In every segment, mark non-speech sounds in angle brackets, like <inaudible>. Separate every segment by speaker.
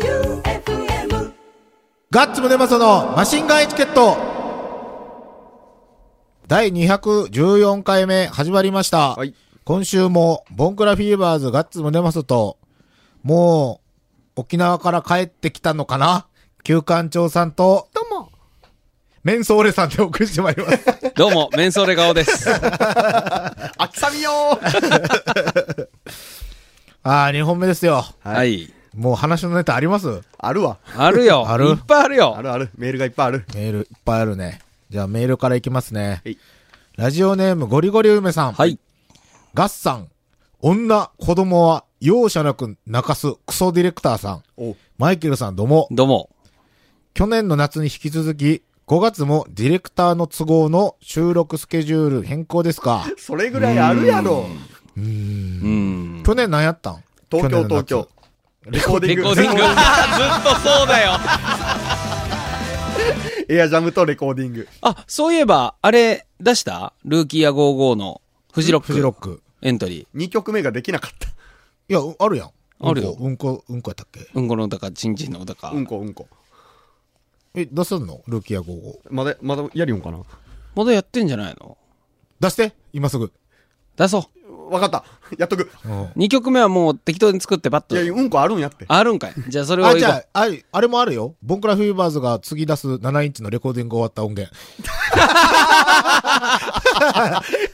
Speaker 1: J-O-E-U-F-M
Speaker 2: ガッツムネマソのマシンガンエチケット第214回目始まりました。
Speaker 3: はい
Speaker 2: 今週もボンクラフィーバーズガッツムネマソと、もう沖縄から帰ってきたのかな旧館長さんと、
Speaker 4: どうも。
Speaker 2: メンソーレさんでお送りしてまいります。 <laughs>
Speaker 3: どうも、メンソーレ顔です。
Speaker 2: 秋さみよ <laughs> ああ、2本目ですよ。
Speaker 3: はい。
Speaker 2: もう話のネタあります
Speaker 5: あるわ。
Speaker 3: あるよ。
Speaker 2: ある
Speaker 3: いっぱいある
Speaker 5: あ
Speaker 3: よ。
Speaker 5: るある。メールがいっぱいある。
Speaker 2: メールいっぱいあるね。じゃあメールからいきますね
Speaker 5: はい。
Speaker 2: ラジオネームゴリゴリ梅さん。
Speaker 3: はい。
Speaker 2: ガッサン、女、子供は容赦なく泣かすクソディレクターさん。
Speaker 5: お
Speaker 2: マイケルさんどうも。
Speaker 3: どうも。
Speaker 2: 去年の夏に引き続き、5月もディレクターの都合の収録スケジュール変更ですか。
Speaker 5: それぐらいあるやろ。
Speaker 3: うん。
Speaker 2: 去年何やったん
Speaker 5: 東京、東。
Speaker 2: の
Speaker 5: 京
Speaker 2: 夏。
Speaker 5: レコーディン
Speaker 3: レ
Speaker 5: グ。
Speaker 3: コーディ
Speaker 5: <laughs>
Speaker 3: ング。ずっとそうだよ。
Speaker 5: エアジャムとレコーディング。
Speaker 3: あ、そういえば、あれ、出したルーキーや55のフジロック。
Speaker 2: フジロック。
Speaker 3: エントリー。
Speaker 5: 2曲目ができなかっ
Speaker 2: いや、うあるやん。
Speaker 3: あるよ
Speaker 2: うんこ、うんこ、うんこやったっけ
Speaker 3: うんこの歌か、ちんちんの歌か
Speaker 5: た。う。んこ、うんこ。
Speaker 2: え、出すんのルーキーや5号。
Speaker 5: まだ、まだやりよんかな。
Speaker 3: まだやってんじゃないの
Speaker 2: 出して今すぐ。
Speaker 3: 出そ
Speaker 5: わかった。やっとく。
Speaker 2: うん。あ
Speaker 3: う。2曲目はもう適当に作ってバッ
Speaker 5: いや、
Speaker 3: と。
Speaker 5: うんこあるんやって。
Speaker 3: あるんかい。じゃあそれを
Speaker 2: じ
Speaker 3: いこ
Speaker 2: ゃあ、あれ、あれもあるよ。ボンクラフィーバーズが次出す7インチのレコーディング終わった音源。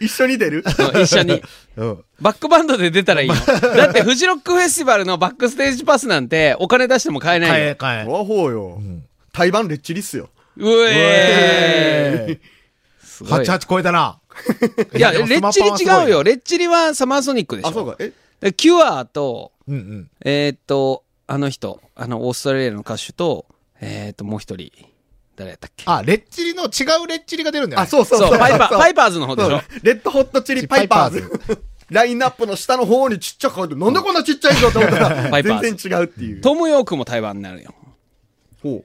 Speaker 5: 一緒に
Speaker 3: <laughs>
Speaker 5: 出る
Speaker 3: ううん一緒に。
Speaker 2: うん。
Speaker 3: バックバンドで出たらいいよ。だって、フジロックフェスティバルのバックステージパスなんて、お金出しても買えない
Speaker 2: 変
Speaker 3: よ。
Speaker 2: え、変え。
Speaker 5: わほうよ。台湾レッチリっすよ。
Speaker 3: うえー。
Speaker 2: え
Speaker 3: すごい
Speaker 2: 88超えたな。
Speaker 3: いや、
Speaker 2: で
Speaker 3: レ
Speaker 2: もスマ
Speaker 3: ッ
Speaker 2: パ
Speaker 3: チ
Speaker 2: ンはす <laughs> ごい
Speaker 3: リ違うよ。。レッチリはサマーソニックでしょ。
Speaker 5: あ、そうか。え、
Speaker 3: でキュアと、
Speaker 2: うんうん。
Speaker 3: えーっと、あの人、あの、オーストラリアの歌手と、えーっと、もう一人、誰やったっけ。
Speaker 2: あ、レッチリの、違うレッチリが出るんじゃな
Speaker 5: あ、
Speaker 2: い
Speaker 5: そうそう
Speaker 3: そう、パイパー、パイ
Speaker 5: パ
Speaker 3: パーズの方でしょ。
Speaker 5: レッドホットチリパイパー
Speaker 2: パイ
Speaker 5: ズ。ラインナップの下の方にちっちゃく書いてる、なんでこんなちっちゃいんだと思った
Speaker 3: <laughs> パイ
Speaker 5: ら、
Speaker 3: パーズ
Speaker 5: 全然違うっていう。
Speaker 3: トムヨークも台湾になるよ。
Speaker 5: ほ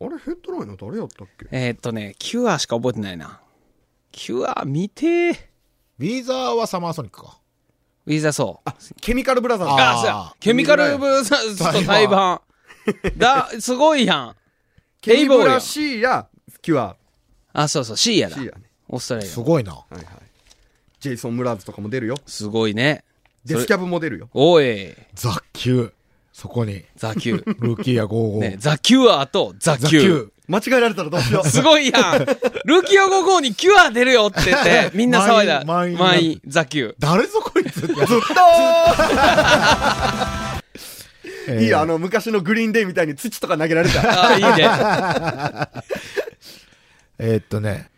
Speaker 5: う。あれ、ヘッドライナー誰やったっけ
Speaker 3: えーっとね、キュアしか覚えてないな。キュア、見てー。
Speaker 2: ウィザーはサマーソニックか。
Speaker 3: ウィザーソー。
Speaker 5: ケミカルブラザーズ。
Speaker 2: あ
Speaker 3: あ、
Speaker 2: ー
Speaker 3: そうや。ケミカルブーザーズと台湾。だ、すごいやん。
Speaker 5: ケ
Speaker 3: エイ
Speaker 5: ミ
Speaker 3: ボ
Speaker 5: ブ
Speaker 3: ーや
Speaker 5: ラ
Speaker 3: ん。
Speaker 5: シーや、キュア、
Speaker 3: あ、そうそう、シーヤだ
Speaker 5: シー。やね。
Speaker 3: オーストラリア
Speaker 2: す
Speaker 3: の。
Speaker 2: ごいな。
Speaker 5: はいはい。ジェイソン・ムラーズとかも出るよ。
Speaker 3: すごいね。
Speaker 5: デスキャブも出るよ。
Speaker 3: おい、
Speaker 2: ザ級。そこに、
Speaker 3: ザキュー。
Speaker 2: ルーキーや55。
Speaker 3: ね、ザ・キュアとザ・キ
Speaker 2: ザ
Speaker 3: ュー。
Speaker 2: 級。
Speaker 5: 間違えられたらどうしよう。
Speaker 3: すごい <laughs> やん。ルキオ55にキュア出るよって言 <laughs> って、みんな騒いだ。
Speaker 2: 満員満員
Speaker 3: 満員、ザ・キュー。
Speaker 2: 誰ぞこいつ。
Speaker 5: ずっと
Speaker 2: え
Speaker 5: ー
Speaker 2: ー
Speaker 5: いいよ、あの、昔のグリーンデーみたいに土とか投げられ <laughs> た。
Speaker 3: ああ、いい <laughs> ね。
Speaker 2: えーっとね。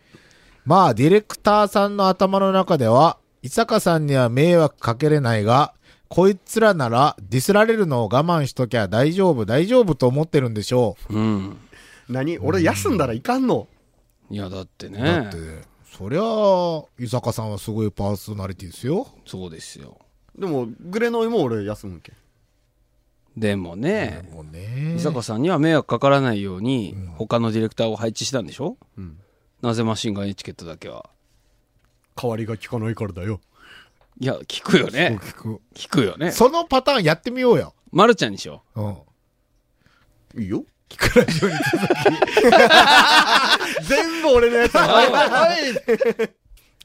Speaker 2: まあ、ディレクターさんの頭の中では、伊坂さんには迷惑かけれないが、こいつらならディスられるのを我慢しときゃ大丈夫、大丈夫と思ってるんでしょう。
Speaker 3: うん。
Speaker 5: 何俺休んだらいかんの
Speaker 3: いや、だって
Speaker 2: だ
Speaker 3: ね
Speaker 2: って。、そりゃ、伊坂さんはすごいパーソナリティですよ。
Speaker 3: そうですよ。
Speaker 5: でも、グレノイも俺休むんけ。
Speaker 3: でもね、
Speaker 2: もうね
Speaker 3: 伊。坂さんには迷惑かからないように、他のディレクターを配置したんでしょ
Speaker 5: ん
Speaker 3: なぜマシンガンエチケットだけは。
Speaker 5: 代わりが効かないからだよ。
Speaker 3: いや、聞くよね。
Speaker 2: 聞く。
Speaker 3: 聞くよね。
Speaker 2: そのパターンやってみようよ。
Speaker 3: マルちゃんにしよ
Speaker 2: うん。
Speaker 5: いいよ。聞くラジオに続き。 <laughs> 全部俺のやつ。はいはい。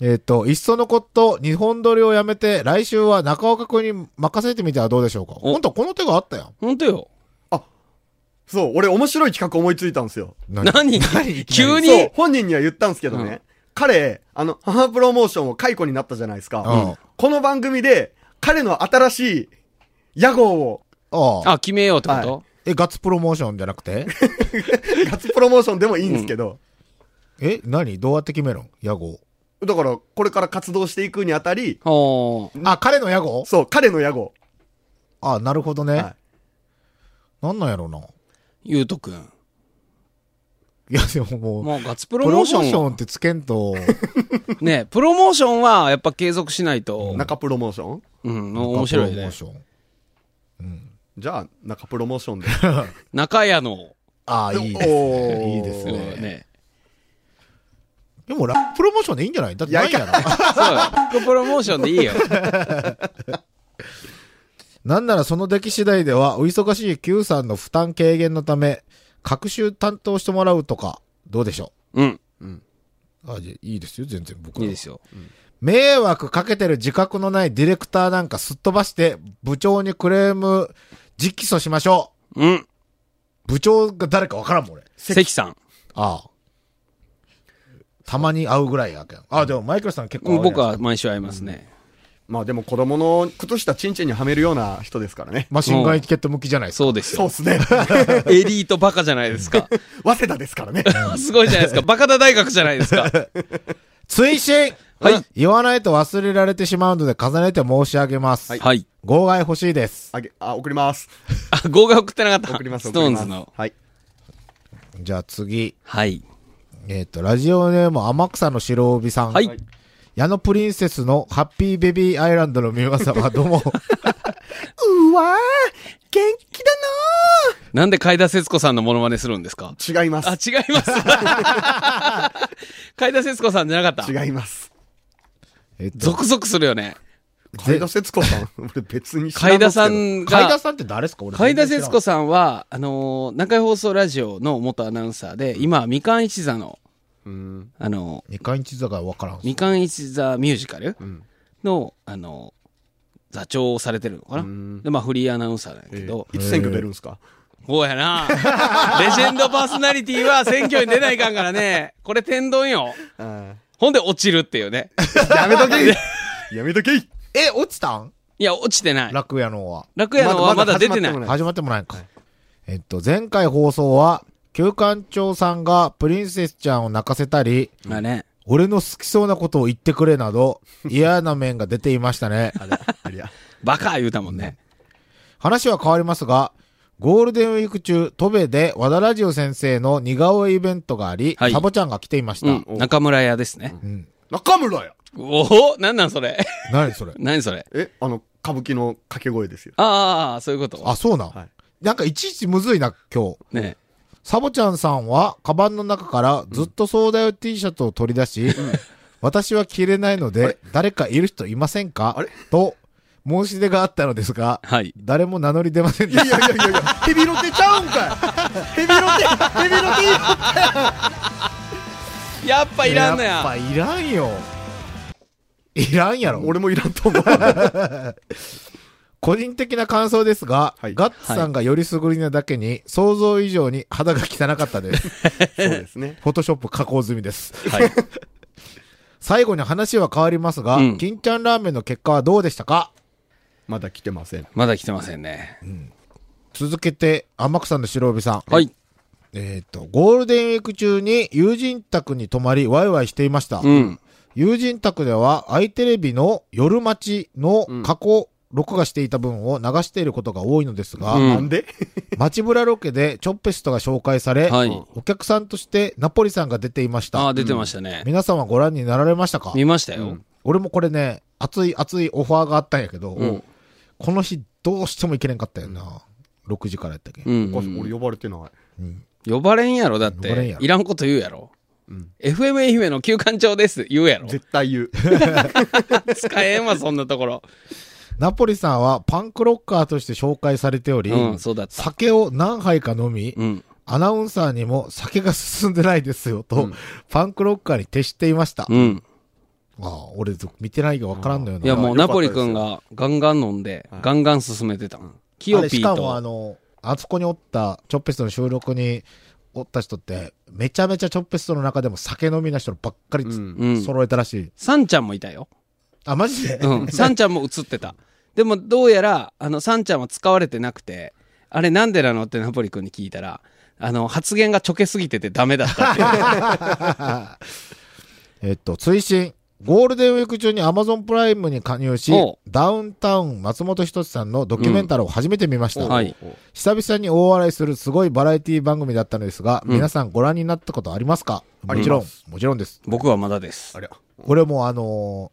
Speaker 2: えっ、と、いっそのこと、日本撮りをやめて、来週は中岡君に任せてみてはどうでしょうか。
Speaker 3: お
Speaker 2: 本当この手があったやん。
Speaker 3: う。ほんとよ。
Speaker 5: そう、俺面白い企画思いついたんですよ。
Speaker 2: 何
Speaker 3: 何急
Speaker 5: そ
Speaker 3: に
Speaker 5: う、本人には言ったんですけどね、
Speaker 3: うん
Speaker 5: 彼、あの、母プロモーションを解雇になったじゃないですか。
Speaker 2: うん
Speaker 5: この番組で、彼の新しい屋号を、
Speaker 2: ああ。
Speaker 3: あ、決めようってこ
Speaker 5: は
Speaker 3: と
Speaker 2: え、ガッツプロモーションじゃなくて
Speaker 5: ガッツプロモーションでもいいんですけど、
Speaker 2: え、何どうやって決めるん屋号。
Speaker 5: だから、これから活動していくにあたり、
Speaker 3: ほー。
Speaker 2: あ、彼の屋号
Speaker 5: そう、彼の屋号。
Speaker 2: あ、なるほどね。
Speaker 5: は
Speaker 2: なんなんやろうな。
Speaker 3: ゆうとくん。
Speaker 2: いや、でももう、
Speaker 3: もうガッツプ
Speaker 2: プロ
Speaker 3: ロモ
Speaker 2: モ
Speaker 3: ー
Speaker 2: ー
Speaker 3: シ
Speaker 2: シ
Speaker 3: ョ
Speaker 2: ョ
Speaker 3: ンを
Speaker 2: ンってつけんと、
Speaker 3: ねプロモーションはやっぱ継続しないと
Speaker 5: い。、中プロモーション
Speaker 3: うん、面白い
Speaker 2: プロモ
Speaker 3: ね
Speaker 2: ー。ション。
Speaker 5: じゃあ、中プロモーションで。
Speaker 3: 中屋の、
Speaker 2: ああ、いいです
Speaker 5: おー
Speaker 2: ね。いいですね。
Speaker 3: ね。
Speaker 2: でも、ラプロモーションでいいんじゃないだってないやろ。
Speaker 3: そうよ。プロモーションでいいよ。
Speaker 2: なんならその出来次第では、お忙しい Q さんの負担軽減のため、各週担当してもらうとか、どうでしょ
Speaker 3: うん。うん。
Speaker 2: うあ、じゃあいいですよ、全然僕
Speaker 3: い
Speaker 2: はい
Speaker 3: ですよ。
Speaker 2: 迷惑かけてる自覚のないディレクターなんかすっ飛ばして、部長にクレーム、実起訴しましょ
Speaker 3: うん。
Speaker 2: う。部長が誰かわからんもん、俺。
Speaker 3: 関さん。
Speaker 2: ああ。たまに会うぐらいやけん。ああ、でもマイクロさん結構会うじゃないです
Speaker 3: 僕
Speaker 2: か。
Speaker 3: は毎週会いますね。
Speaker 6: まあでも子供の靴下チンチンにはめるような人ですからね。
Speaker 2: マシンガンエチケット向きじゃないですか。
Speaker 3: そうです
Speaker 6: そう
Speaker 3: よ
Speaker 6: っ。すね。
Speaker 5: <laughs>
Speaker 3: エリートバカじゃないですか。
Speaker 6: 早稲田ですからね。
Speaker 3: すごいじゃないですか。バカだ大学じゃないですか。
Speaker 2: 追伸
Speaker 3: はい
Speaker 2: うん言わないと忘れられてしまうので重ねて申し上げます。
Speaker 3: はい。
Speaker 2: 号外欲しいです。
Speaker 6: あげ、あ、送ります。
Speaker 3: あ、号外送ってなかった。
Speaker 6: 送ります、
Speaker 3: ス
Speaker 6: 送
Speaker 3: トー
Speaker 6: り
Speaker 3: ン
Speaker 6: ます。
Speaker 3: ズの。
Speaker 6: はい。
Speaker 2: じゃあ次。
Speaker 3: はい。
Speaker 2: えっ、と、ラジオネーム天草の白帯さん。
Speaker 3: はい。
Speaker 2: 矢野プリンセスのハッピーベビーアイランドの皆様、どう
Speaker 3: <laughs>
Speaker 2: も。
Speaker 6: うわー元気だ
Speaker 3: なんで海田節子さんのモノマネするんですか
Speaker 6: なー違いま
Speaker 3: あ、
Speaker 6: す。
Speaker 3: 違います。 <laughs> 海田節子さんじゃなかった。
Speaker 6: 違います。
Speaker 2: えっと、
Speaker 3: ゾクゾクするよね。
Speaker 6: 海田節子さ
Speaker 3: <laughs>
Speaker 6: ん、俺別に知ら
Speaker 3: 海
Speaker 6: んの
Speaker 3: 田
Speaker 6: っすけど
Speaker 3: さん
Speaker 2: 海田
Speaker 3: が、
Speaker 2: さんって誰ですか俺
Speaker 3: 海田節子
Speaker 2: さ
Speaker 3: さんは、あのー、南海放送ラジオの元アナウンサーで、今はみかん一座の、
Speaker 6: うん。
Speaker 3: あの
Speaker 2: ん。二回一座がわからんっ
Speaker 3: ー、
Speaker 2: す。
Speaker 3: みかん一座ミュージカル
Speaker 6: ん
Speaker 3: の、あのー、座長をされてるのか
Speaker 6: ん
Speaker 3: なで、まあフリーアナウンサーなんやけど、
Speaker 6: いつ選挙出るんすか
Speaker 3: こうやな。レジェンドパーソナリティは選挙に出ないかんからね。これ天丼よ。
Speaker 6: うん
Speaker 3: ほんで落ちるっていうね。
Speaker 6: やめと
Speaker 3: <laughs>
Speaker 6: けやめとけ
Speaker 2: え、落ちたん
Speaker 3: いや、落ちてない。
Speaker 2: 楽屋のは。
Speaker 3: 楽屋のはまだ出てない。
Speaker 6: はい
Speaker 2: 始まってもないか。えっと、前回放送は、旧館長さんがプリンセスちゃんを泣かせたり、
Speaker 3: まあね。
Speaker 2: 俺の好きそうなことを言ってくれなど、嫌な面が出ていましたね。
Speaker 6: あれ、ありゃ。
Speaker 3: バカ言うたもんね。
Speaker 2: 話は変わりますが、ゴールデンウィーク中、戸部で和田ラジオ先生の似顔絵イベントがあり、
Speaker 3: はい
Speaker 2: サボちゃんが来ていました。
Speaker 3: うん。中村屋ですね。
Speaker 6: 中村や
Speaker 3: おおなんなんそれ <laughs>
Speaker 2: 何それ
Speaker 3: 何それ
Speaker 6: え、あの、歌舞伎の掛け声ですよ。
Speaker 3: ああ、そういうこと。
Speaker 2: あ、そうなん、
Speaker 6: はい
Speaker 2: なんかいちいちむずいな、今日。
Speaker 3: ね
Speaker 2: サボちゃんさんは、カバンの中からずっとそうだよ T シャツを取り出し、私は着れないので、誰かいる人いませんか
Speaker 6: あれ
Speaker 2: と、申し出があったのですが、
Speaker 3: はい
Speaker 2: 誰も名乗り出ませんで
Speaker 6: い
Speaker 2: し
Speaker 6: や
Speaker 2: た
Speaker 6: い。やいやいや、ヘビロテちゃうんかいヘビロテ、ヘビロテいいの
Speaker 3: やっぱいらんのや。
Speaker 2: っぱいらんよ。いらんや
Speaker 3: <laughs>
Speaker 2: ろ。
Speaker 6: 俺もいらんと思う。
Speaker 2: 個人的な感想ですが、
Speaker 6: はい
Speaker 2: ガッツさんがよりすぐりなだけに、想像以上に肌が汚かった
Speaker 3: <laughs>
Speaker 2: です。
Speaker 6: そうですね。
Speaker 2: フォトショップ加工済みです。
Speaker 3: はい。
Speaker 2: <laughs> 最後に話は変わりますが、
Speaker 3: うん
Speaker 2: 金ちゃんラーメンの結果はどうでしたか
Speaker 6: まだ来てません。
Speaker 3: まだ来てませんね。
Speaker 2: 続けて、天草の白帯さん。
Speaker 3: はい。
Speaker 2: えっ、と、ゴールデンウィーク中に友人宅に泊まり、ワイワイしていました。
Speaker 3: うん。
Speaker 2: 友人宅では、アイテレビの夜待ちの過去、録画していた分を流していることが多いのですが、
Speaker 3: うん
Speaker 6: なんで
Speaker 2: 街ブラロケでチョッペストが紹介され、
Speaker 3: はい
Speaker 2: お客さんとしてナポリさんが出ていまし
Speaker 3: ああ、
Speaker 2: た。
Speaker 3: 出てましたね。
Speaker 2: 皆さんはご覧になられましたか
Speaker 3: 見ましたよ。
Speaker 2: 俺もこれね、熱い熱いオファーがあったんやけど、
Speaker 3: うん
Speaker 2: この日どうしても行けれんかったよな。6時からやったっけ、
Speaker 3: うん。
Speaker 6: おかしい俺呼ばれてない。
Speaker 3: 呼ばれんやろ、だっ
Speaker 2: 呼ばれん
Speaker 3: て
Speaker 2: や。ろ
Speaker 3: いらんこと言うやろ。FM 愛媛の休館長です。言うやろ。
Speaker 6: 絶対言う。
Speaker 3: 使えんわ、そんなところ。
Speaker 2: ナポリさんはパンクロッカーとして紹介されており、
Speaker 3: うん、そうだった。
Speaker 2: 酒を何杯か飲み、
Speaker 3: うん。
Speaker 2: アナウンサーにも酒が進んでないですよと、パンクロッカーに徹していました。
Speaker 3: う
Speaker 2: あ
Speaker 3: ん。
Speaker 2: あ俺見てないがわからんのよな。
Speaker 3: いや、も
Speaker 6: よ
Speaker 3: う
Speaker 6: か
Speaker 3: ナ
Speaker 6: った
Speaker 3: ポリ君がガンガン飲んで、ガンガン進めてた。キ
Speaker 2: あ
Speaker 3: ヨ
Speaker 2: れ
Speaker 3: ピ
Speaker 2: し
Speaker 3: ー
Speaker 2: かもあ
Speaker 3: と。
Speaker 2: の、あそこにおった、チョッペストの収録におった人って、めちゃめちゃチョッペストの中でも酒飲みな人ばっかりつ、
Speaker 6: うん
Speaker 3: うん
Speaker 2: 揃えたらしい。
Speaker 3: サンちゃんもいたよ。
Speaker 2: あ、マジで、 <laughs>
Speaker 3: うん。サンちゃんも映ってた。でも、どうやら、あの、サンちゃんは使われてなくて、あれなんでなのってナポリ君に聞いたら、あの、発言がちょけすぎててダメだったっていう。
Speaker 2: えっと、追伸ゴールデンウィーク中に Amazon プライムに加入し
Speaker 3: おう、
Speaker 2: ダウンタウン松本人志さんのドキュメンタリーを初めて見ました。 <laughs>
Speaker 3: うんはい
Speaker 2: 久々に大笑いするすごいバラエティ番組だったのですが、皆さんご覧になったことありますかもちろん、もちろんです。
Speaker 3: 僕はまだです
Speaker 6: あ。りゃ。
Speaker 2: 俺もうあのー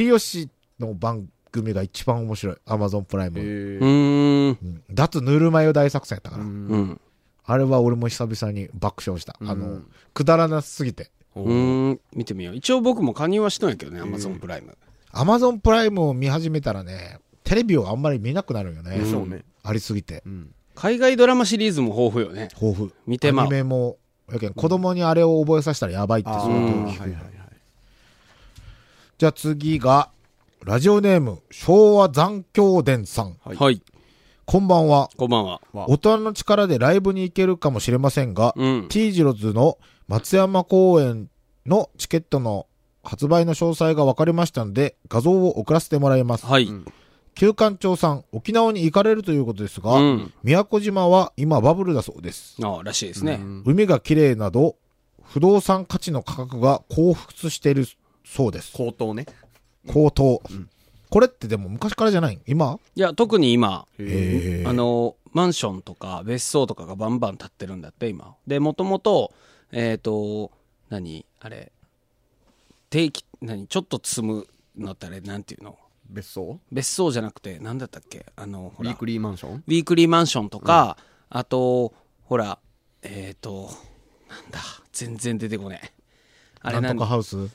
Speaker 2: 有吉の番組が一番面白い。Amazon プライムの。
Speaker 6: え
Speaker 3: うーん。
Speaker 2: 脱ぬるま湯大作戦やったから、
Speaker 3: うん。
Speaker 2: あれは俺も久々に爆笑した、あのくだらなすぎて
Speaker 3: うーん。見てみよう。一応僕も加入はしとんやけどね、アマゾンプライム。
Speaker 2: アマゾンプライムを見始めたらねテレビをあんまり見なくなるよね。
Speaker 6: でしょうね
Speaker 2: ありすぎて。
Speaker 6: うん
Speaker 3: 海外ドラマシリーズも豊富よね。
Speaker 2: 豊富。
Speaker 3: 見てまう
Speaker 2: アニメも、やけん子供にあれを覚えさせたらやばいって
Speaker 6: あ
Speaker 2: 相
Speaker 6: あ
Speaker 2: 当
Speaker 3: うん
Speaker 2: 聞
Speaker 6: はい
Speaker 2: くよ
Speaker 6: はいはい
Speaker 2: じゃあ次が、ラジオネーム、昭和残響伝さん。
Speaker 6: はい
Speaker 3: はい。
Speaker 2: こんばんは。
Speaker 3: こんばんは。
Speaker 6: あ
Speaker 2: 大人の力でライブに行けるかもしれませんが、
Speaker 3: うん。
Speaker 2: T ジロズの松山公演のチケットの発売の詳細が分かりましたので、画像を送らせてもらいます。
Speaker 3: はい。
Speaker 6: うん
Speaker 2: 旧館長さん、沖縄に行かれるということですが、
Speaker 3: うん。
Speaker 2: 宮古島は今バブルだそうです。
Speaker 3: ああ、らしいですね。
Speaker 6: うん
Speaker 2: 海が綺麗など、不動産価値の価格が高騰しているそうです。
Speaker 6: 口頭ね
Speaker 2: 高騰。これってでも昔からじゃない今
Speaker 3: いや、特に今、
Speaker 6: へえ
Speaker 2: へー
Speaker 3: あの、マンションとか別荘とかがバンバン建ってるんだって、今。で、もともと、えっ、と、何あれ、定期、何ちょっと住むのってあれ、なんていうの
Speaker 6: 別荘
Speaker 3: 別荘じゃなくて、なんだったっけあの、
Speaker 6: ウ
Speaker 3: ほ
Speaker 6: ィー
Speaker 3: ら、
Speaker 6: クリーマンション
Speaker 3: ウィークリーマンションとか、あと、ほら、えっ、と、なんだ、全然出てこねえ。あ
Speaker 2: な
Speaker 3: れなんん
Speaker 2: とか
Speaker 3: だ
Speaker 2: ハウス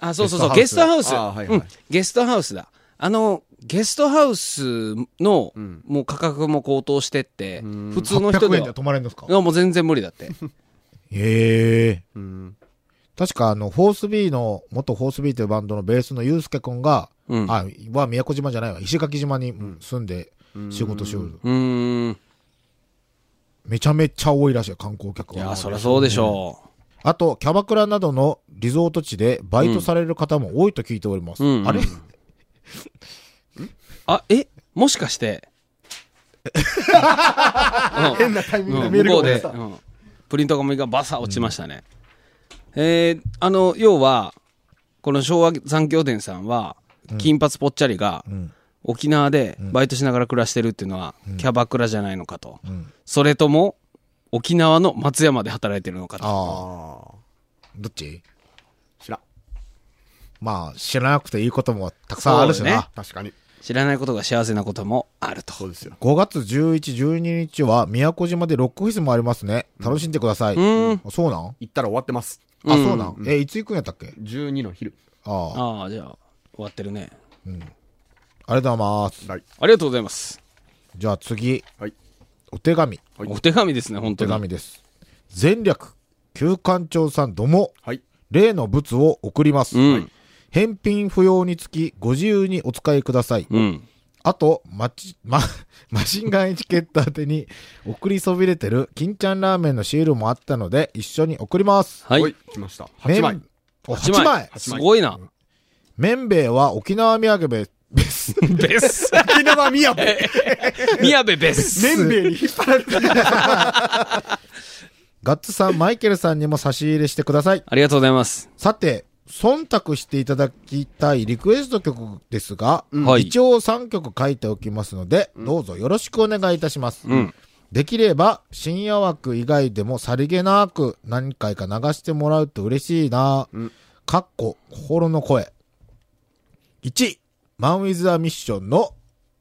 Speaker 3: あ、そうそうそう、
Speaker 2: ゲ
Speaker 3: ゲ
Speaker 2: ス
Speaker 3: ス
Speaker 2: ト
Speaker 3: ト
Speaker 2: ハ
Speaker 3: ハウス。
Speaker 6: あーはいはい
Speaker 3: うん、ゲストハウスだ。あの、ゲストハウスの、
Speaker 6: ん
Speaker 3: もう価格も高騰してって、
Speaker 6: ん
Speaker 3: 普通の人で
Speaker 2: 800円で
Speaker 3: は
Speaker 2: 泊まれるんですか
Speaker 3: いやもう全然無理だ
Speaker 2: <laughs>
Speaker 3: って。
Speaker 2: へえ。
Speaker 6: うん
Speaker 2: 確かあの、フォース B の、元フォース B というバンドのベースのユうスケくんが、
Speaker 3: うん。
Speaker 2: あ、は宮古島じゃないわ。石垣島に住んで仕事しよる。
Speaker 3: うーん。
Speaker 2: めちゃめちゃ多いらしいよ、観光客
Speaker 3: い
Speaker 2: は。
Speaker 3: や、そりゃそうでしょ
Speaker 2: あと、キャバクラなどのリゾート地でバイトされる方も多いと聞いております。
Speaker 3: うんうん
Speaker 2: あれ
Speaker 3: う。あ、えもし
Speaker 2: <laughs>
Speaker 3: かして。うん
Speaker 6: 変なタイミング
Speaker 3: う
Speaker 6: で
Speaker 3: ん
Speaker 6: メー
Speaker 3: 向
Speaker 6: ル
Speaker 3: こ
Speaker 6: が
Speaker 3: う
Speaker 6: 来
Speaker 3: で、
Speaker 6: た
Speaker 3: うんプリントがもう一回バサ落ちましたね。えーあの、要は、この昭和残響伝さんは、金髪ぽっちゃりが、
Speaker 2: ん
Speaker 3: 沖縄でバイトしながら暮らしてるっていうのは、キャバクラじゃないのかと。
Speaker 2: ん
Speaker 3: それとも、沖縄の松山で働いてるのかと。
Speaker 2: あ
Speaker 6: あ
Speaker 2: あ、どっち
Speaker 6: あ知らん
Speaker 2: まあ、知らなくていいこともたくさんあるし
Speaker 3: そう
Speaker 2: な
Speaker 3: ね。
Speaker 6: 確かに
Speaker 3: 知らないことが幸せなこともあると。
Speaker 6: そうですよ
Speaker 2: 5月11、12日は宮古島でロックフェスもありますね。楽しんでください。
Speaker 3: ん
Speaker 2: あそうなん
Speaker 6: 行ったら終わってます
Speaker 2: あ、そうなん、え、いつ行くんやったっけ
Speaker 6: 12の昼
Speaker 2: ああ、
Speaker 3: ああ、じゃあ、終わってるね。
Speaker 2: ありがとうございます。
Speaker 6: はい
Speaker 3: ありがとうございます。
Speaker 2: じゃあ次、
Speaker 6: はい
Speaker 2: お手紙。
Speaker 6: はい
Speaker 3: お手紙ですね、本
Speaker 2: お手
Speaker 3: 当に。
Speaker 2: 紙です。前略、旧館長さんども、
Speaker 6: はい
Speaker 2: 例の物を送ります。
Speaker 3: うん
Speaker 2: はい返品不要につき、ご自由にお使いください。
Speaker 3: うん。
Speaker 2: あと、マチ、ま、 <laughs> マシンガンエチケット宛てに送りそびれてる金ちゃんラーメンのシールもあったので一緒に送ります。
Speaker 3: は
Speaker 6: お
Speaker 3: い。
Speaker 6: 来ました8枚
Speaker 2: 麺。お、8枚。
Speaker 3: すごいな。
Speaker 2: 麺米は沖縄土産べです。
Speaker 3: ベス。
Speaker 6: 沖縄宮古
Speaker 3: 宮部ベス。
Speaker 6: 麺兵衛に引っ張られてる
Speaker 2: <laughs> ガッツさん、マイケルさんにも差し入れしてください。
Speaker 3: ありがとうございます。
Speaker 2: さて、忖度していただきたいリクエスト曲ですが、
Speaker 3: はい
Speaker 2: 一応3曲書いておきますので、どうぞよろしくお願いいたします。
Speaker 3: うん。
Speaker 2: できれば、深夜枠以外でもさりげなく何回か流してもらうと嬉しいな。かっこ、心の声。1、マンウィズ・ア・ミッションの、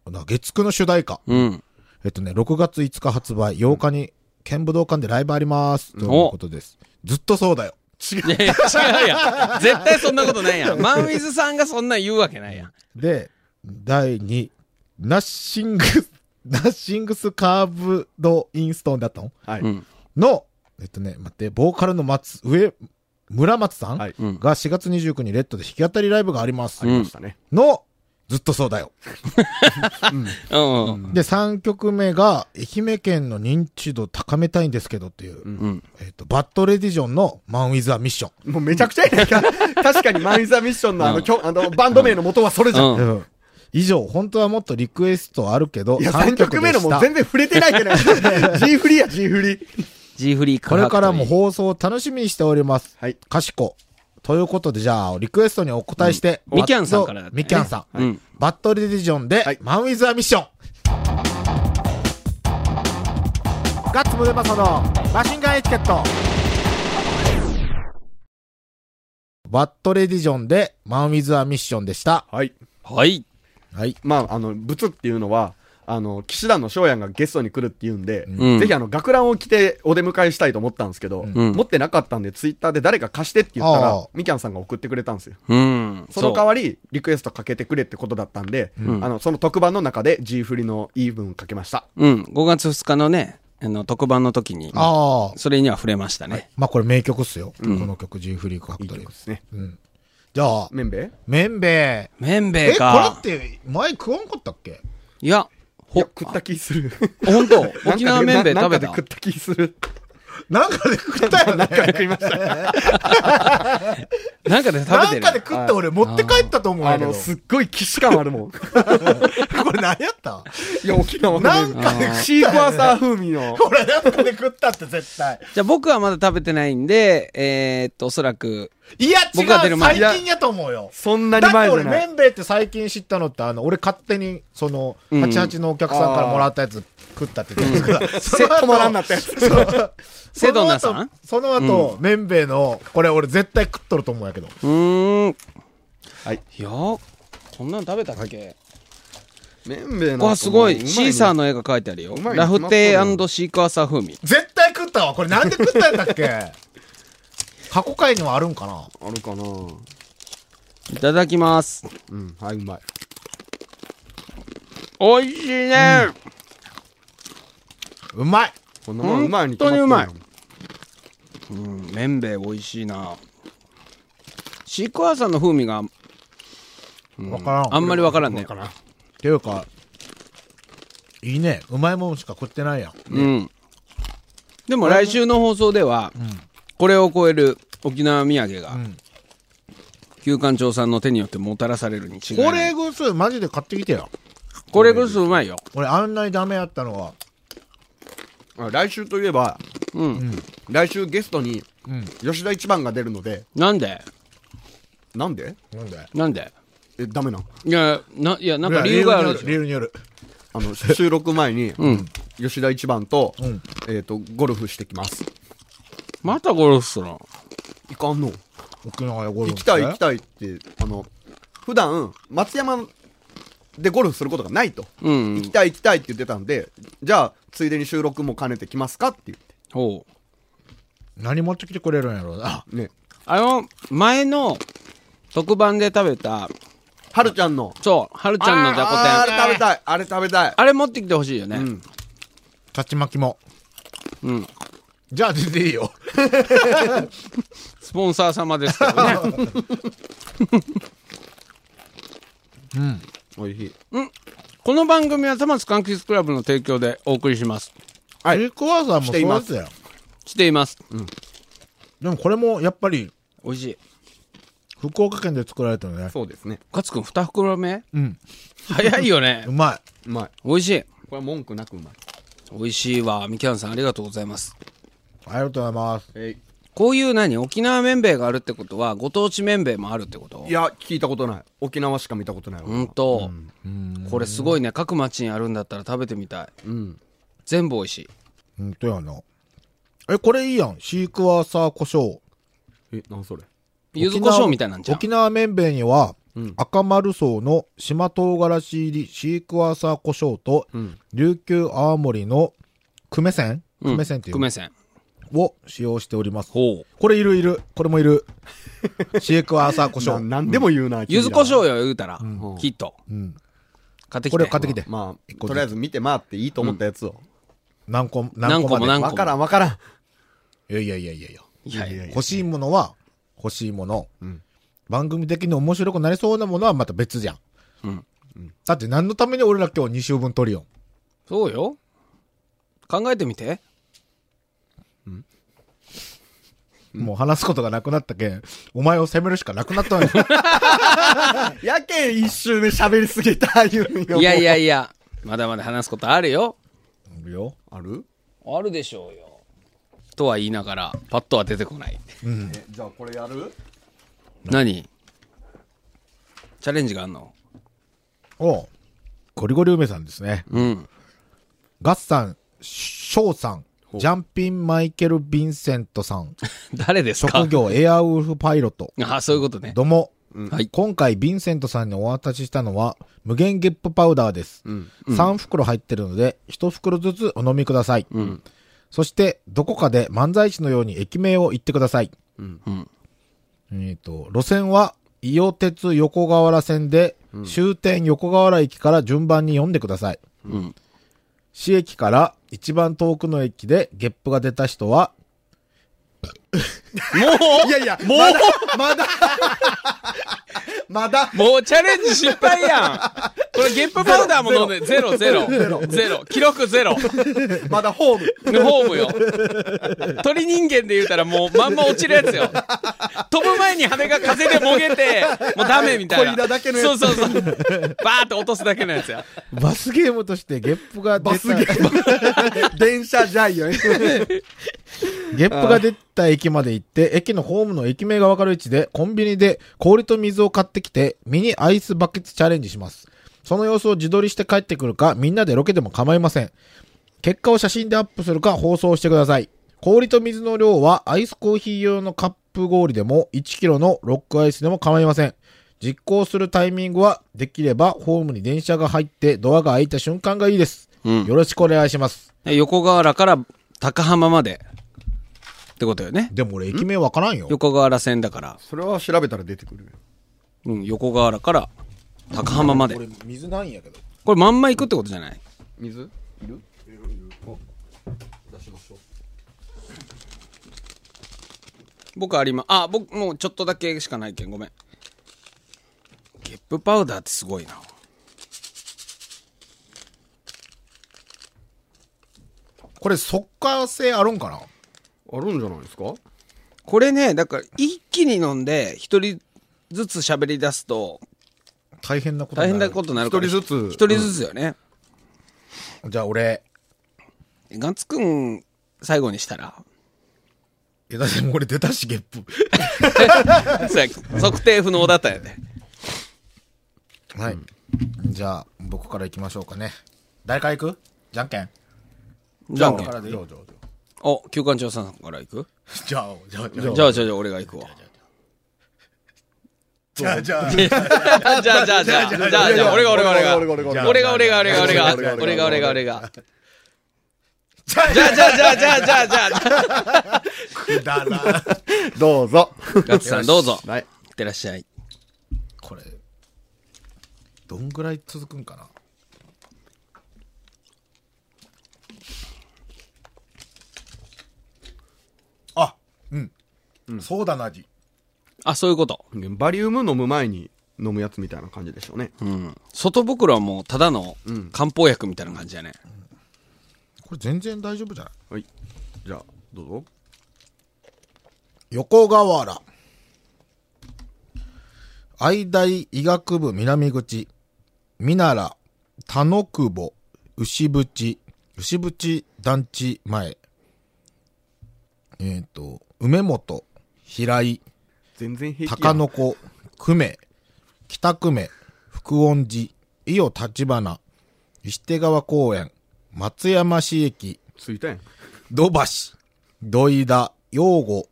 Speaker 2: な月9の主題歌。
Speaker 3: うん。
Speaker 2: えっとね、6月5日発売、8日に、剣武道館でライブあります。ということです。ずっとそうだよ。
Speaker 3: いやいや違うやん。絶対そんなことないやん。マンウィズさんがそんなん言うわけないやん。
Speaker 2: で、第2、ナッシング、 <laughs> ナッシングスカーブドインストーンだったの
Speaker 6: はい
Speaker 3: うん。
Speaker 2: の、えっとね、待って、ボーカルの松、上、村松さん
Speaker 6: は
Speaker 2: が
Speaker 6: い
Speaker 3: うん。
Speaker 2: 4月29日にレッドで弾き語りライブがあります
Speaker 6: あ。りましたね
Speaker 2: の、ずっとそうだよ。
Speaker 3: うん。
Speaker 2: で、3曲目が、愛媛県の認知度高めたいんですけどっていう、
Speaker 3: うん。
Speaker 2: えっと、バッドレディジョンのマンウィズ・ア・ミッション。
Speaker 6: もうめちゃくちゃや <laughs> ないか確かにマン・イザ・ミッションのあ
Speaker 3: う
Speaker 6: の
Speaker 3: ん
Speaker 6: きょあのバンド名の元はそれじゃん
Speaker 3: うん
Speaker 2: うん以上、本当はもっとリクエストあるけど、
Speaker 6: いや
Speaker 2: 3
Speaker 6: 3曲目のもう全然触れてないじゃない <laughs> G フリーや G フリー
Speaker 3: G フリー
Speaker 2: これからも放送を楽しみにしております。
Speaker 6: はい
Speaker 2: かしこ。ということで、じゃあ、リクエストにお答えして。
Speaker 3: うんみきゃんさんからだったね
Speaker 2: みきゃんさん。
Speaker 3: うん
Speaker 2: バッドレディジョンで、
Speaker 6: はい
Speaker 2: マンウィズ・ア・ミッション。ガッツムデパソのマシンガンエチケット。バッドレディジョンで、マンウィズ・ア・ミッションでした。
Speaker 6: はい
Speaker 3: はい。
Speaker 2: はい。
Speaker 6: まああのブツっていうのは
Speaker 5: あの、騎士団の翔やんがゲストに来るって言うんで、
Speaker 3: うん
Speaker 5: ぜひあの、学ランを着てお出迎えしたいと思ったんですけど、
Speaker 3: ん
Speaker 5: 持ってなかったんで、ツイッターで誰か貸してって言った
Speaker 2: ああ
Speaker 5: ら、みきゃんさんが送ってくれたんですよ。
Speaker 3: うん。
Speaker 5: その代
Speaker 3: わ
Speaker 5: わり、リクエストかけてくれってことだったんで、
Speaker 3: ん
Speaker 5: あの、その特番の中で G 振りのイーブンかけました。
Speaker 3: うん。5月2日のね、あの、特番の時に、
Speaker 2: ああ。
Speaker 3: それには触れましたね。
Speaker 2: まあこれ名曲っすよ。この曲、G フリークファ
Speaker 5: い
Speaker 2: ク
Speaker 5: い
Speaker 2: トリ
Speaker 5: 曲
Speaker 2: ー
Speaker 5: で。すね。
Speaker 2: じゃあ、
Speaker 5: めんべい
Speaker 2: めんべい。
Speaker 3: めんべ
Speaker 2: え、
Speaker 3: い
Speaker 2: こ
Speaker 3: か。
Speaker 2: れって前食わんかったっけ
Speaker 3: いや、
Speaker 5: い
Speaker 3: ほ
Speaker 5: や、食った気する。
Speaker 3: 本当
Speaker 5: なんかで
Speaker 3: <laughs> 沖縄めんべい
Speaker 5: な
Speaker 3: 食べ
Speaker 5: なん
Speaker 3: た
Speaker 5: かで食った気する。
Speaker 2: なんかで食ったよね。
Speaker 5: 食いました。
Speaker 3: なんかで食べ
Speaker 2: なん
Speaker 3: てる
Speaker 2: かで食って俺持って帰ったと思うん
Speaker 5: あ
Speaker 2: やけ
Speaker 5: の、
Speaker 2: ど。
Speaker 5: すっごい騎士感ある
Speaker 3: <laughs>
Speaker 5: もん。
Speaker 2: これ何やった <laughs>
Speaker 5: いや、沖縄
Speaker 2: な
Speaker 5: の
Speaker 2: ん
Speaker 5: 麺
Speaker 2: かで食ったよね
Speaker 5: シークワーサー風味の。
Speaker 2: これなんかで食ったって絶対。
Speaker 3: じゃあ僕はまだ食べてないんで、えーっと、おそらく、
Speaker 2: いや、違
Speaker 3: 僕が出る
Speaker 2: う。
Speaker 3: 前
Speaker 2: 最近やと思うよ。
Speaker 5: そんな
Speaker 2: だ
Speaker 5: に
Speaker 2: って
Speaker 5: 前じ
Speaker 2: 俺、
Speaker 5: ゃな
Speaker 2: め
Speaker 5: い。
Speaker 2: んべいって最近知ったのって、あの、俺勝手に、その、
Speaker 3: ん
Speaker 2: 88のお客さんからもらったやつ食ったって言ってたんですけ
Speaker 5: セ
Speaker 2: ど、
Speaker 5: ット
Speaker 2: その
Speaker 5: もらん
Speaker 2: 後
Speaker 5: なったやつ。
Speaker 2: そ
Speaker 3: セド
Speaker 2: の
Speaker 3: ナ
Speaker 2: 後
Speaker 3: さん
Speaker 2: その後、めんべいの、これ俺絶対食っとると思うんやけど。
Speaker 3: うーん。
Speaker 5: はい。
Speaker 3: いや、こんなの食べたっけ、
Speaker 5: めんべい
Speaker 3: わあ、すごい。シーサー
Speaker 5: の。
Speaker 3: の絵が描いてあるよ
Speaker 5: うま。いに
Speaker 3: ラ
Speaker 5: 決
Speaker 3: フ
Speaker 5: まっとる
Speaker 3: テ
Speaker 5: よ
Speaker 3: ーシークワーサー風味。
Speaker 2: 絶対食ったわ。これなんで食ったんだっけ過去回にもあるんかな
Speaker 5: あるかない
Speaker 3: ただきます。
Speaker 5: うん、はい、うまい。
Speaker 3: 美味しいね、
Speaker 2: うまい。
Speaker 5: こんなもんうまいに決まってる
Speaker 3: 本当にううん、めんべい美味しいな。シークワーサーの風味が
Speaker 2: わからん。
Speaker 3: あんまりわからんね。
Speaker 2: っていうか、いいね。うまいもんしか食ってないやん。
Speaker 3: うん。でも来週の放送では、これを超える沖縄土産が、旧館長さんの手によってもたらされるに違い
Speaker 2: こ
Speaker 3: な
Speaker 2: れ
Speaker 3: い。
Speaker 2: ぐす、マジで買ってきてよ。
Speaker 3: これこそうまいよ。
Speaker 2: 俺、あんなにダメやったのは、
Speaker 5: あ来週といえば、
Speaker 3: うん。
Speaker 5: 来週ゲストに
Speaker 2: ん、
Speaker 5: 吉田一番が出るので、
Speaker 3: なんで
Speaker 5: なんで
Speaker 2: なんだよ。
Speaker 3: なんで
Speaker 5: え、ダメなん
Speaker 3: いや、な、いや、なんか理由があるでしょ
Speaker 2: 理由による。
Speaker 5: あの、収録前に、
Speaker 3: <laughs> うん。
Speaker 5: 吉田一番と
Speaker 2: ん、
Speaker 5: えっと、ゴルフしてきます。
Speaker 3: またゴルフするの
Speaker 5: いかんの
Speaker 2: 沖縄やゴルフ。
Speaker 5: 行きたい行き
Speaker 2: い。
Speaker 5: たいって、あの、普段、松山でゴルフすることがないと。
Speaker 3: うん
Speaker 5: 行きたい行きたいって言ってたんで、じゃあ、ついでに収録も兼ねてきますかって言って。
Speaker 3: ほう。
Speaker 2: 何持ってきてくれるんやろうな。
Speaker 5: ね。
Speaker 3: あの、前の特番で食べた、
Speaker 5: はるちゃんの。
Speaker 3: そう、はるちゃんのじゃこ
Speaker 5: あーあ
Speaker 3: 天。
Speaker 5: れ食べたい。あれ食べたい。
Speaker 3: あれ持ってきてほしいよね。
Speaker 5: うん。
Speaker 2: 勝ち巻きも。
Speaker 3: うん。
Speaker 2: じゃあ、出ていいよ。
Speaker 3: スポンサー様ですけどね。
Speaker 5: <laughs> おいしい。
Speaker 3: この番組はさまつかんきつクラブの提供でお送りします。
Speaker 5: はい
Speaker 2: シークワーサーも
Speaker 5: し
Speaker 2: そう
Speaker 5: てい
Speaker 2: で
Speaker 5: ます
Speaker 2: すよ。
Speaker 3: しています。
Speaker 2: でもこれも、やっぱり、
Speaker 3: 美味しい。
Speaker 2: 福岡県で作られたのね。
Speaker 5: <laughs> そうですね。
Speaker 3: かつくん二袋目
Speaker 2: うん。
Speaker 3: 早いよね
Speaker 2: う。ま
Speaker 5: うまい。
Speaker 3: 美味しい。
Speaker 5: これは文句なくうまい。
Speaker 3: 美味しいわ。みきゃんさんありがとうございます。
Speaker 2: い。ありがとうございます。
Speaker 5: え
Speaker 3: こういう何沖縄めんべいがあるってことは、ご当地めんべいもあるってこと
Speaker 5: いいや、聞いたことない。沖縄しか見たことない。
Speaker 3: ほんと。これすごいね。各町にあるんだったら食べてみたい。
Speaker 5: うん。
Speaker 3: 全部美味しい。
Speaker 2: ほんとやな。え、これいいやん。シークワーサー胡椒。
Speaker 5: え、なんそれ。
Speaker 3: 柚子胡椒みたいなんじゃん
Speaker 2: 沖。縄めんべいには、
Speaker 5: うん
Speaker 2: 赤丸層の島唐辛子入りシークワーサー胡椒と、
Speaker 5: うん。
Speaker 2: 琉球泡盛の久米線
Speaker 3: うん
Speaker 2: 久米線っていう、
Speaker 3: 久米線。
Speaker 2: を使用しております。
Speaker 3: ほう。
Speaker 2: これいるいる。これもい
Speaker 3: <laughs>
Speaker 2: る。シークワーサー胡
Speaker 5: な
Speaker 2: 椒。
Speaker 5: なんでも言うな。
Speaker 3: 柚子
Speaker 5: 君ら
Speaker 3: 胡椒よ、言うたら。
Speaker 5: ん
Speaker 3: きっと。
Speaker 2: うん。
Speaker 3: 買ってきて。
Speaker 2: これを買ってきて。
Speaker 5: まあ、
Speaker 2: 個ずつ
Speaker 5: とりあえず見て回っていいと思ったやつを。
Speaker 2: 何個、何
Speaker 3: 何
Speaker 2: 個
Speaker 3: 個
Speaker 2: ま
Speaker 3: も
Speaker 2: で。
Speaker 3: 何個
Speaker 5: わ
Speaker 3: も。
Speaker 5: からんわからん。
Speaker 2: いやいやいやいやいや。
Speaker 3: いやいや。
Speaker 2: 欲しいものは欲しいもの、
Speaker 5: ん
Speaker 2: 番組的に面白くなりそうなものはまた別じゃん、
Speaker 3: うん
Speaker 2: だって何のために俺ら今日2週分撮るよ
Speaker 3: そうよ。考えてみて。
Speaker 2: もう話すことがなくなったけんお前を責めるしかなくなったのよ
Speaker 5: やけん一周目喋りすぎた、言うんよ。
Speaker 3: いやいやいや、まだまだ話すことあるよ。
Speaker 2: いるよ
Speaker 5: ある
Speaker 3: あるでしょうよ。とは言いながら、パッとは出てこない。
Speaker 5: え、じゃあこれやる
Speaker 3: 何チャレンジがあんの
Speaker 2: おうゴリゴリ梅さんですね
Speaker 3: うん。
Speaker 2: ガッさん翔さんジャンピンマイケ
Speaker 3: <laughs>
Speaker 2: ル・ヴィンセントさん
Speaker 3: 誰ですか
Speaker 2: 職業エアウルフパイロット
Speaker 3: あ、そういうことね。
Speaker 2: どうも
Speaker 3: はい。
Speaker 2: 今回、ヴィンセントさんにお渡ししたのは、無限ゲップパウダーです。3袋入ってるので、1袋ずつお飲みください。そして、どこかで漫才師のように駅名を言ってください。
Speaker 3: うん。
Speaker 2: えっと、路線は、伊予鉄横河原線で、終点横河原駅から順番に読んでください。
Speaker 3: うん。
Speaker 2: 市駅から一番遠くの駅でゲップが出た人は、
Speaker 3: もう
Speaker 5: いやいや、
Speaker 3: もう、
Speaker 5: まだ、まだ、
Speaker 3: もうチャレンジ失敗
Speaker 5: <laughs>
Speaker 3: やんこれゲップパウダーも飲んで、ゼロ、ゼロ、ゼロ、記録ゼロ、ホ
Speaker 5: まだホーム。
Speaker 3: ームよ。鳥人間で言うたらもうまんま落ちるやつよ。飛ぶ前に羽が風でもげて、もうダメみたいな。
Speaker 5: こいだだけのやつ
Speaker 3: そうそうそう。バーって落とすだけのやつや。
Speaker 2: バスゲームとしてゲップが出た、
Speaker 5: バスゲ <laughs> ーム。電車ジャイアン。
Speaker 2: ゲップが出た駅まで行って、駅のホームの駅名がわかる位置で、コンビニで氷と水を買ってきて、ミニアイスバケツチャレンジします。その様子を自撮りして帰ってくるか、みんなでロケでも構いません。結果を写真でアップするか放送してください。氷と水の量はアイスコーヒー用のカップ氷でも1キロのロックアイスでも構いません。実行するタイミングはできればホームに電車が入ってドアが開いた瞬間がいいです。
Speaker 3: うん
Speaker 2: よろしくお願いします。
Speaker 3: 横河原から高浜まで。ってことよね。
Speaker 2: でも俺駅名わからんよ。
Speaker 3: 横河原線だから、
Speaker 5: それは調べたら出てくる。
Speaker 3: うん、横河原から高浜まで。
Speaker 2: 俺水ないんやけど。
Speaker 3: これまんま行くってことじゃない
Speaker 5: 水いる
Speaker 3: 僕ありま、あ、僕もうちょっとだけしかないけん、ごめん。ゲップパウダーってすごいな。
Speaker 2: これ即効性あるんかな
Speaker 5: あるんじゃないですか
Speaker 3: これね、だから一気に飲んで、一人ずつ喋り出すと、
Speaker 2: 大変なこと
Speaker 3: 大
Speaker 2: にな
Speaker 3: 変な
Speaker 2: る
Speaker 3: ことになるから。
Speaker 5: 一人ずつ
Speaker 3: 一人ずつよね。
Speaker 2: じゃあ俺
Speaker 3: ガンツくん、最後にしたら、
Speaker 2: えだってもう俺出たしゲップ
Speaker 3: そうや測定不能だったよね。
Speaker 2: はい、じゃあ僕から行きましょうかね誰から行くじゃんけん
Speaker 3: じゃんけ
Speaker 2: 僕から
Speaker 3: ん。
Speaker 2: でいい
Speaker 3: お、休館長さんから行く
Speaker 2: じゃあじゃあじゃあ
Speaker 3: じゃあ、じゃあ、じゃあ、俺が行くわ。
Speaker 2: じゃあじゃあ
Speaker 3: じゃあ、じゃあ、じゃあ、じゃあ、じゃあ、じゃあ、俺が、俺が、俺が。俺が、俺が、俺が、俺が、俺が、俺が、俺が。じゃあ、じゃあ、じゃあ、じゃあ、じゃあ、じゃあ、じゃあ。
Speaker 2: くだらん
Speaker 5: どうぞ。
Speaker 3: ガッツさん、どうぞ。い
Speaker 5: はい。
Speaker 3: ってらっしゃい。
Speaker 2: これどんぐらい続くんかなあうん、ソーダの味
Speaker 3: あ、そういうこと。
Speaker 5: <laughs> バリウム飲む前に飲むやつみたいな感じでしょうね。
Speaker 3: うん。外袋はもう、ただの漢方薬みたいな感じやね。
Speaker 2: これ全然大丈夫じゃない
Speaker 5: はい。じゃあ、どうぞ。
Speaker 2: 横河原愛大医学部南口見なら田野久保牛淵牛淵団地前えっ、と梅本平井
Speaker 5: 全然平気や
Speaker 2: 高
Speaker 5: ん。
Speaker 2: 野子久米北久米福音寺伊予立花石手川公園松山市駅
Speaker 5: ついたやん。
Speaker 2: 土橋、土井田、陽吾、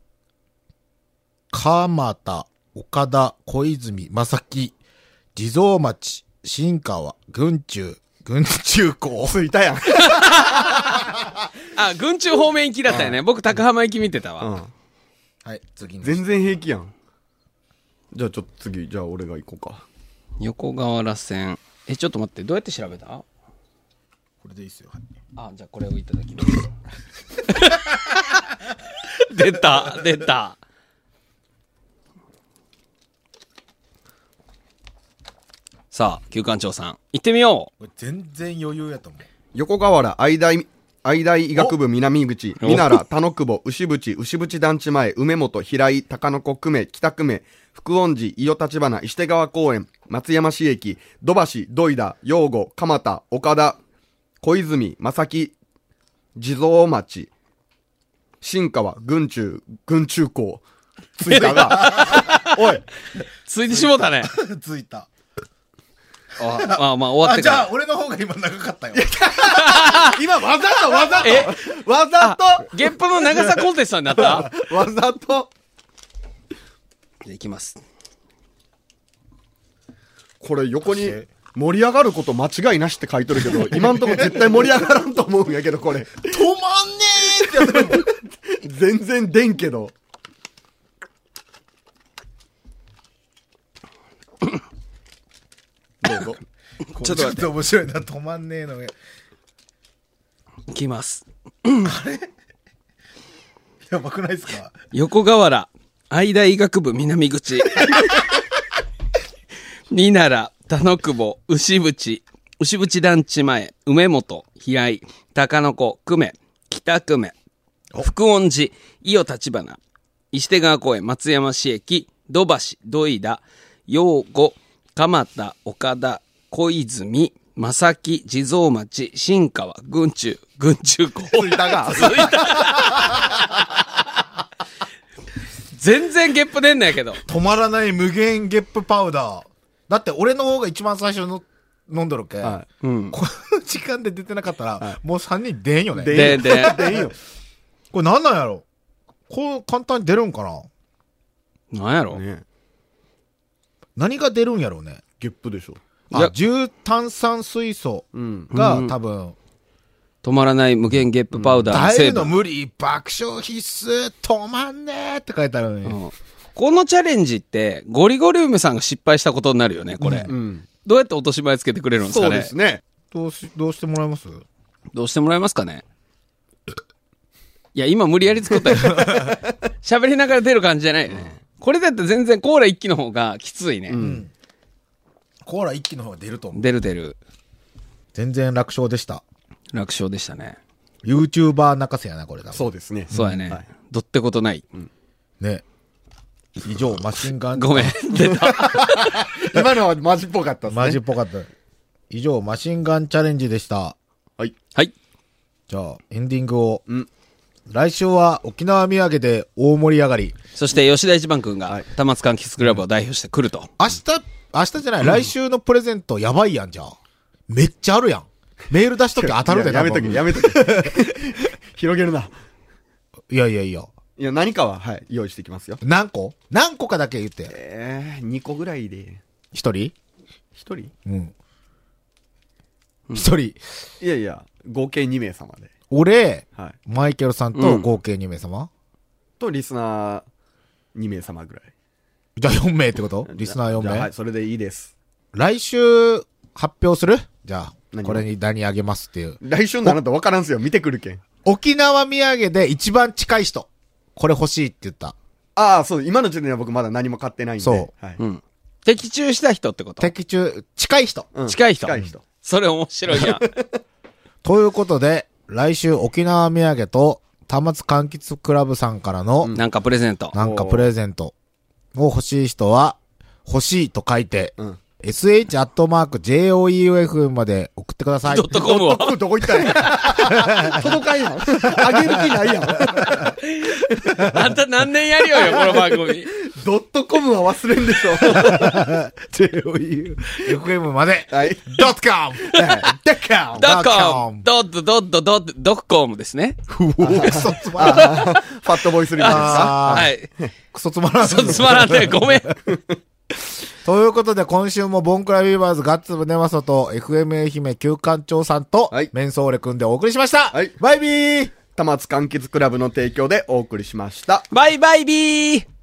Speaker 2: 鎌田、岡田、小泉、正木、地蔵町、新川、群中、群中校。 <laughs>
Speaker 5: ついたやん。
Speaker 3: あ、群中方面行きだったよね。僕、高浜行き見てた
Speaker 5: う
Speaker 3: わ。
Speaker 5: ん。
Speaker 2: はい、次の。
Speaker 5: 全然平気やん。じゃあちょっと次、じゃあ俺が行こうか。
Speaker 3: 横河原線。え、ちょっと待って、どうやって調べた
Speaker 2: これでいいっすよ。
Speaker 3: あ、じゃあ、これをいただきます。 <laughs> 出た、出た。さあ、旧館長さん、行ってみよ
Speaker 2: これ全然余裕やと思う。
Speaker 5: 横河原愛大、愛大医学部南口、
Speaker 3: お
Speaker 5: みなら、田野久保、牛淵、牛淵団地前、梅本、平井、高野子、久米、北久米、福音寺、伊予立花、石手川公園、松山市駅、土橋、土井田、陽吾、蒲田、岡田、小泉、正木、地蔵町、新川、群中、群中校、つい
Speaker 3: <laughs>
Speaker 5: たが、おい、
Speaker 3: う。ついてしもう <laughs> たね。
Speaker 2: ついた。
Speaker 3: あ、まあまあ、終わっ
Speaker 2: あ、
Speaker 3: て
Speaker 2: じ
Speaker 3: か
Speaker 2: ゃあ
Speaker 3: ら。
Speaker 2: 俺の方が今長かったよ。
Speaker 5: 今わざとわざ
Speaker 3: え
Speaker 5: と、わざと、
Speaker 3: ゲップの長さコンテストになったじゃ
Speaker 5: わざと、
Speaker 3: あ、行きます。
Speaker 5: これ横に盛り上がること間違いなしって書いてるけ <laughs> ど、今んとこ絶対盛り上がらんと思うんやけど、これ。止まん
Speaker 2: <laughs>
Speaker 5: ねえってやつ。全然出んけど。どうぞ。
Speaker 2: ちょっと面白いな、止まんねえのが。
Speaker 3: いきます。
Speaker 2: やばくないですか
Speaker 3: 横河原、愛大医学部南口。 <laughs> 二なら、田野久保、牛淵、牛淵団地前、梅本、平井、高野子、久米、北久米、福音寺、伊予立花、石手川公園、松山市駅、土橋、土井田、陽子、蒲田、岡田、小泉、正木、地蔵町、新川、群中、群中公
Speaker 5: ついたが。
Speaker 3: 全然ゲップ出んのやけど。
Speaker 2: 止まらない無限ゲップパウダー。だって俺の方が一番最初の飲んどるけ。
Speaker 5: は
Speaker 3: うん。
Speaker 2: この時間で出てなかったら、もう3人出んよね。
Speaker 5: 出ん
Speaker 3: で、で、
Speaker 5: 出んよ。
Speaker 2: これなんなんやろこう簡単に出るんかな
Speaker 3: なんやろ、
Speaker 5: ね
Speaker 2: 何が出るんやろうね。
Speaker 5: ゲップでしょ。
Speaker 3: いや
Speaker 2: あ、重炭酸水素
Speaker 5: うん。
Speaker 2: が多分、
Speaker 3: 止まらない無限ゲップパウダーの
Speaker 2: 耐え
Speaker 3: 成
Speaker 2: るの
Speaker 3: 分。
Speaker 2: 無理、爆笑必須、止まんねえって書いてあるのに。
Speaker 3: うんこのチャレンジって、ゴリゴリ梅さんが失敗したことになるよね、これ。
Speaker 5: うん。
Speaker 3: どうやって落とし前つけてくれるんです
Speaker 5: そ
Speaker 3: か
Speaker 5: う
Speaker 3: ね
Speaker 5: ですね。
Speaker 2: どうし、どうしてもらえます
Speaker 3: どうしてもらえますかねいや、今無理やり作ったよ。
Speaker 5: <laughs>
Speaker 3: 喋りながら出る感じじゃないよね。これだって全然コーラ一気の方がきついね。
Speaker 2: コーラ一気の方が出ると思う。
Speaker 3: 出る出る。
Speaker 2: 全然楽勝でした。
Speaker 3: 楽勝でしたね。
Speaker 2: YouTuber 泣かせやな、これだ。
Speaker 5: そうですね。
Speaker 3: そうやね。
Speaker 5: はい
Speaker 3: どってことない。
Speaker 2: ね。以上、マシンガン。
Speaker 3: ごめん。出た。
Speaker 5: 今のはマジっぽかったですね。
Speaker 2: マジっぽかった。以上、マシンガンチャレンジでした。
Speaker 5: はい。
Speaker 3: はい。
Speaker 2: じゃあ、エンディングを。
Speaker 5: うん
Speaker 2: 来週は沖縄土産で大盛り上がり。
Speaker 3: そして吉田一番くん
Speaker 5: は
Speaker 3: が
Speaker 5: い、
Speaker 3: 玉津柑橘クラブを代表して来ると。
Speaker 2: 明日、明日じゃない、来週のプレゼントやばいやんじゃあ。めっちゃあるやん。メール出しとき <laughs> 当たるで、
Speaker 5: いややめ
Speaker 2: 多
Speaker 5: と
Speaker 2: 分
Speaker 5: け、やめと <laughs> け。広げるな。
Speaker 2: いやいやいや。
Speaker 5: いや、何かは、はい、用意してきますよ。
Speaker 2: 何個何個かだけ言って。
Speaker 5: えー、2個ぐらいで。
Speaker 2: 一人
Speaker 5: 1人
Speaker 2: うん。一人。
Speaker 5: いやいや、合計2名様で。
Speaker 2: 俺、
Speaker 5: はい。
Speaker 2: マイケルさんと合計2名様、
Speaker 5: と、リスナー2名様ぐらい。
Speaker 2: じゃあ4名ってことリスナー4
Speaker 5: じゃあ
Speaker 2: 名、
Speaker 5: はい、それでいいです。
Speaker 2: 来週発表するじゃあ、
Speaker 5: 何を
Speaker 2: これに何あげますっていう。
Speaker 5: 来週になると分からんすよ。見てくるけん。
Speaker 2: 沖縄土産で一番近い人。これ欲しいって言った。
Speaker 5: ああ、そう、今の時点では僕まだ何も買ってないんで。。
Speaker 2: そう
Speaker 5: はい。
Speaker 3: うん。的中した人ってこと
Speaker 2: 敵中、近い人。
Speaker 5: うん
Speaker 3: 近い人
Speaker 5: 近い人。
Speaker 3: それ面白いや <laughs> ん。
Speaker 2: ということで、来週沖縄土産と、玉津柑橘クラブさんからの、
Speaker 3: なんかプレゼント。
Speaker 2: なんかプレゼントを欲しい人は、欲しいと書いて、
Speaker 5: うん
Speaker 2: sh.joeuf まで送ってください
Speaker 3: ド。ットコムを。
Speaker 5: 僕どこ行った
Speaker 3: <laughs>
Speaker 5: んや届 <laughs> かんやん。あげる気ないやん。
Speaker 3: あんた何年やるよよ、 <laughs> この番組。
Speaker 5: ドットコムは忘れんでしょ。
Speaker 2: joeufm まで、
Speaker 5: はい。
Speaker 2: ドットコム
Speaker 5: デッカ
Speaker 3: ドッ
Speaker 2: ドッ
Speaker 3: コ
Speaker 2: コ
Speaker 3: ム
Speaker 2: ム
Speaker 3: ドットドットドットドッコムですね。 <laughs>
Speaker 2: クソつまらん。
Speaker 5: ファットボーイスリーですか
Speaker 2: あ
Speaker 3: は
Speaker 2: ー
Speaker 3: い。
Speaker 2: クソつまらん。
Speaker 3: そうつまらんね。ごめん。
Speaker 2: ということで、今週もボンクラビーバーズガッツムネマソと FM 愛媛旧館長さんと
Speaker 5: はい、
Speaker 2: メンソーレくんでお送りしました。
Speaker 5: はい
Speaker 2: バイビー
Speaker 5: 玉津柑橘クラブの提供でお送りしました。
Speaker 3: バイバイビー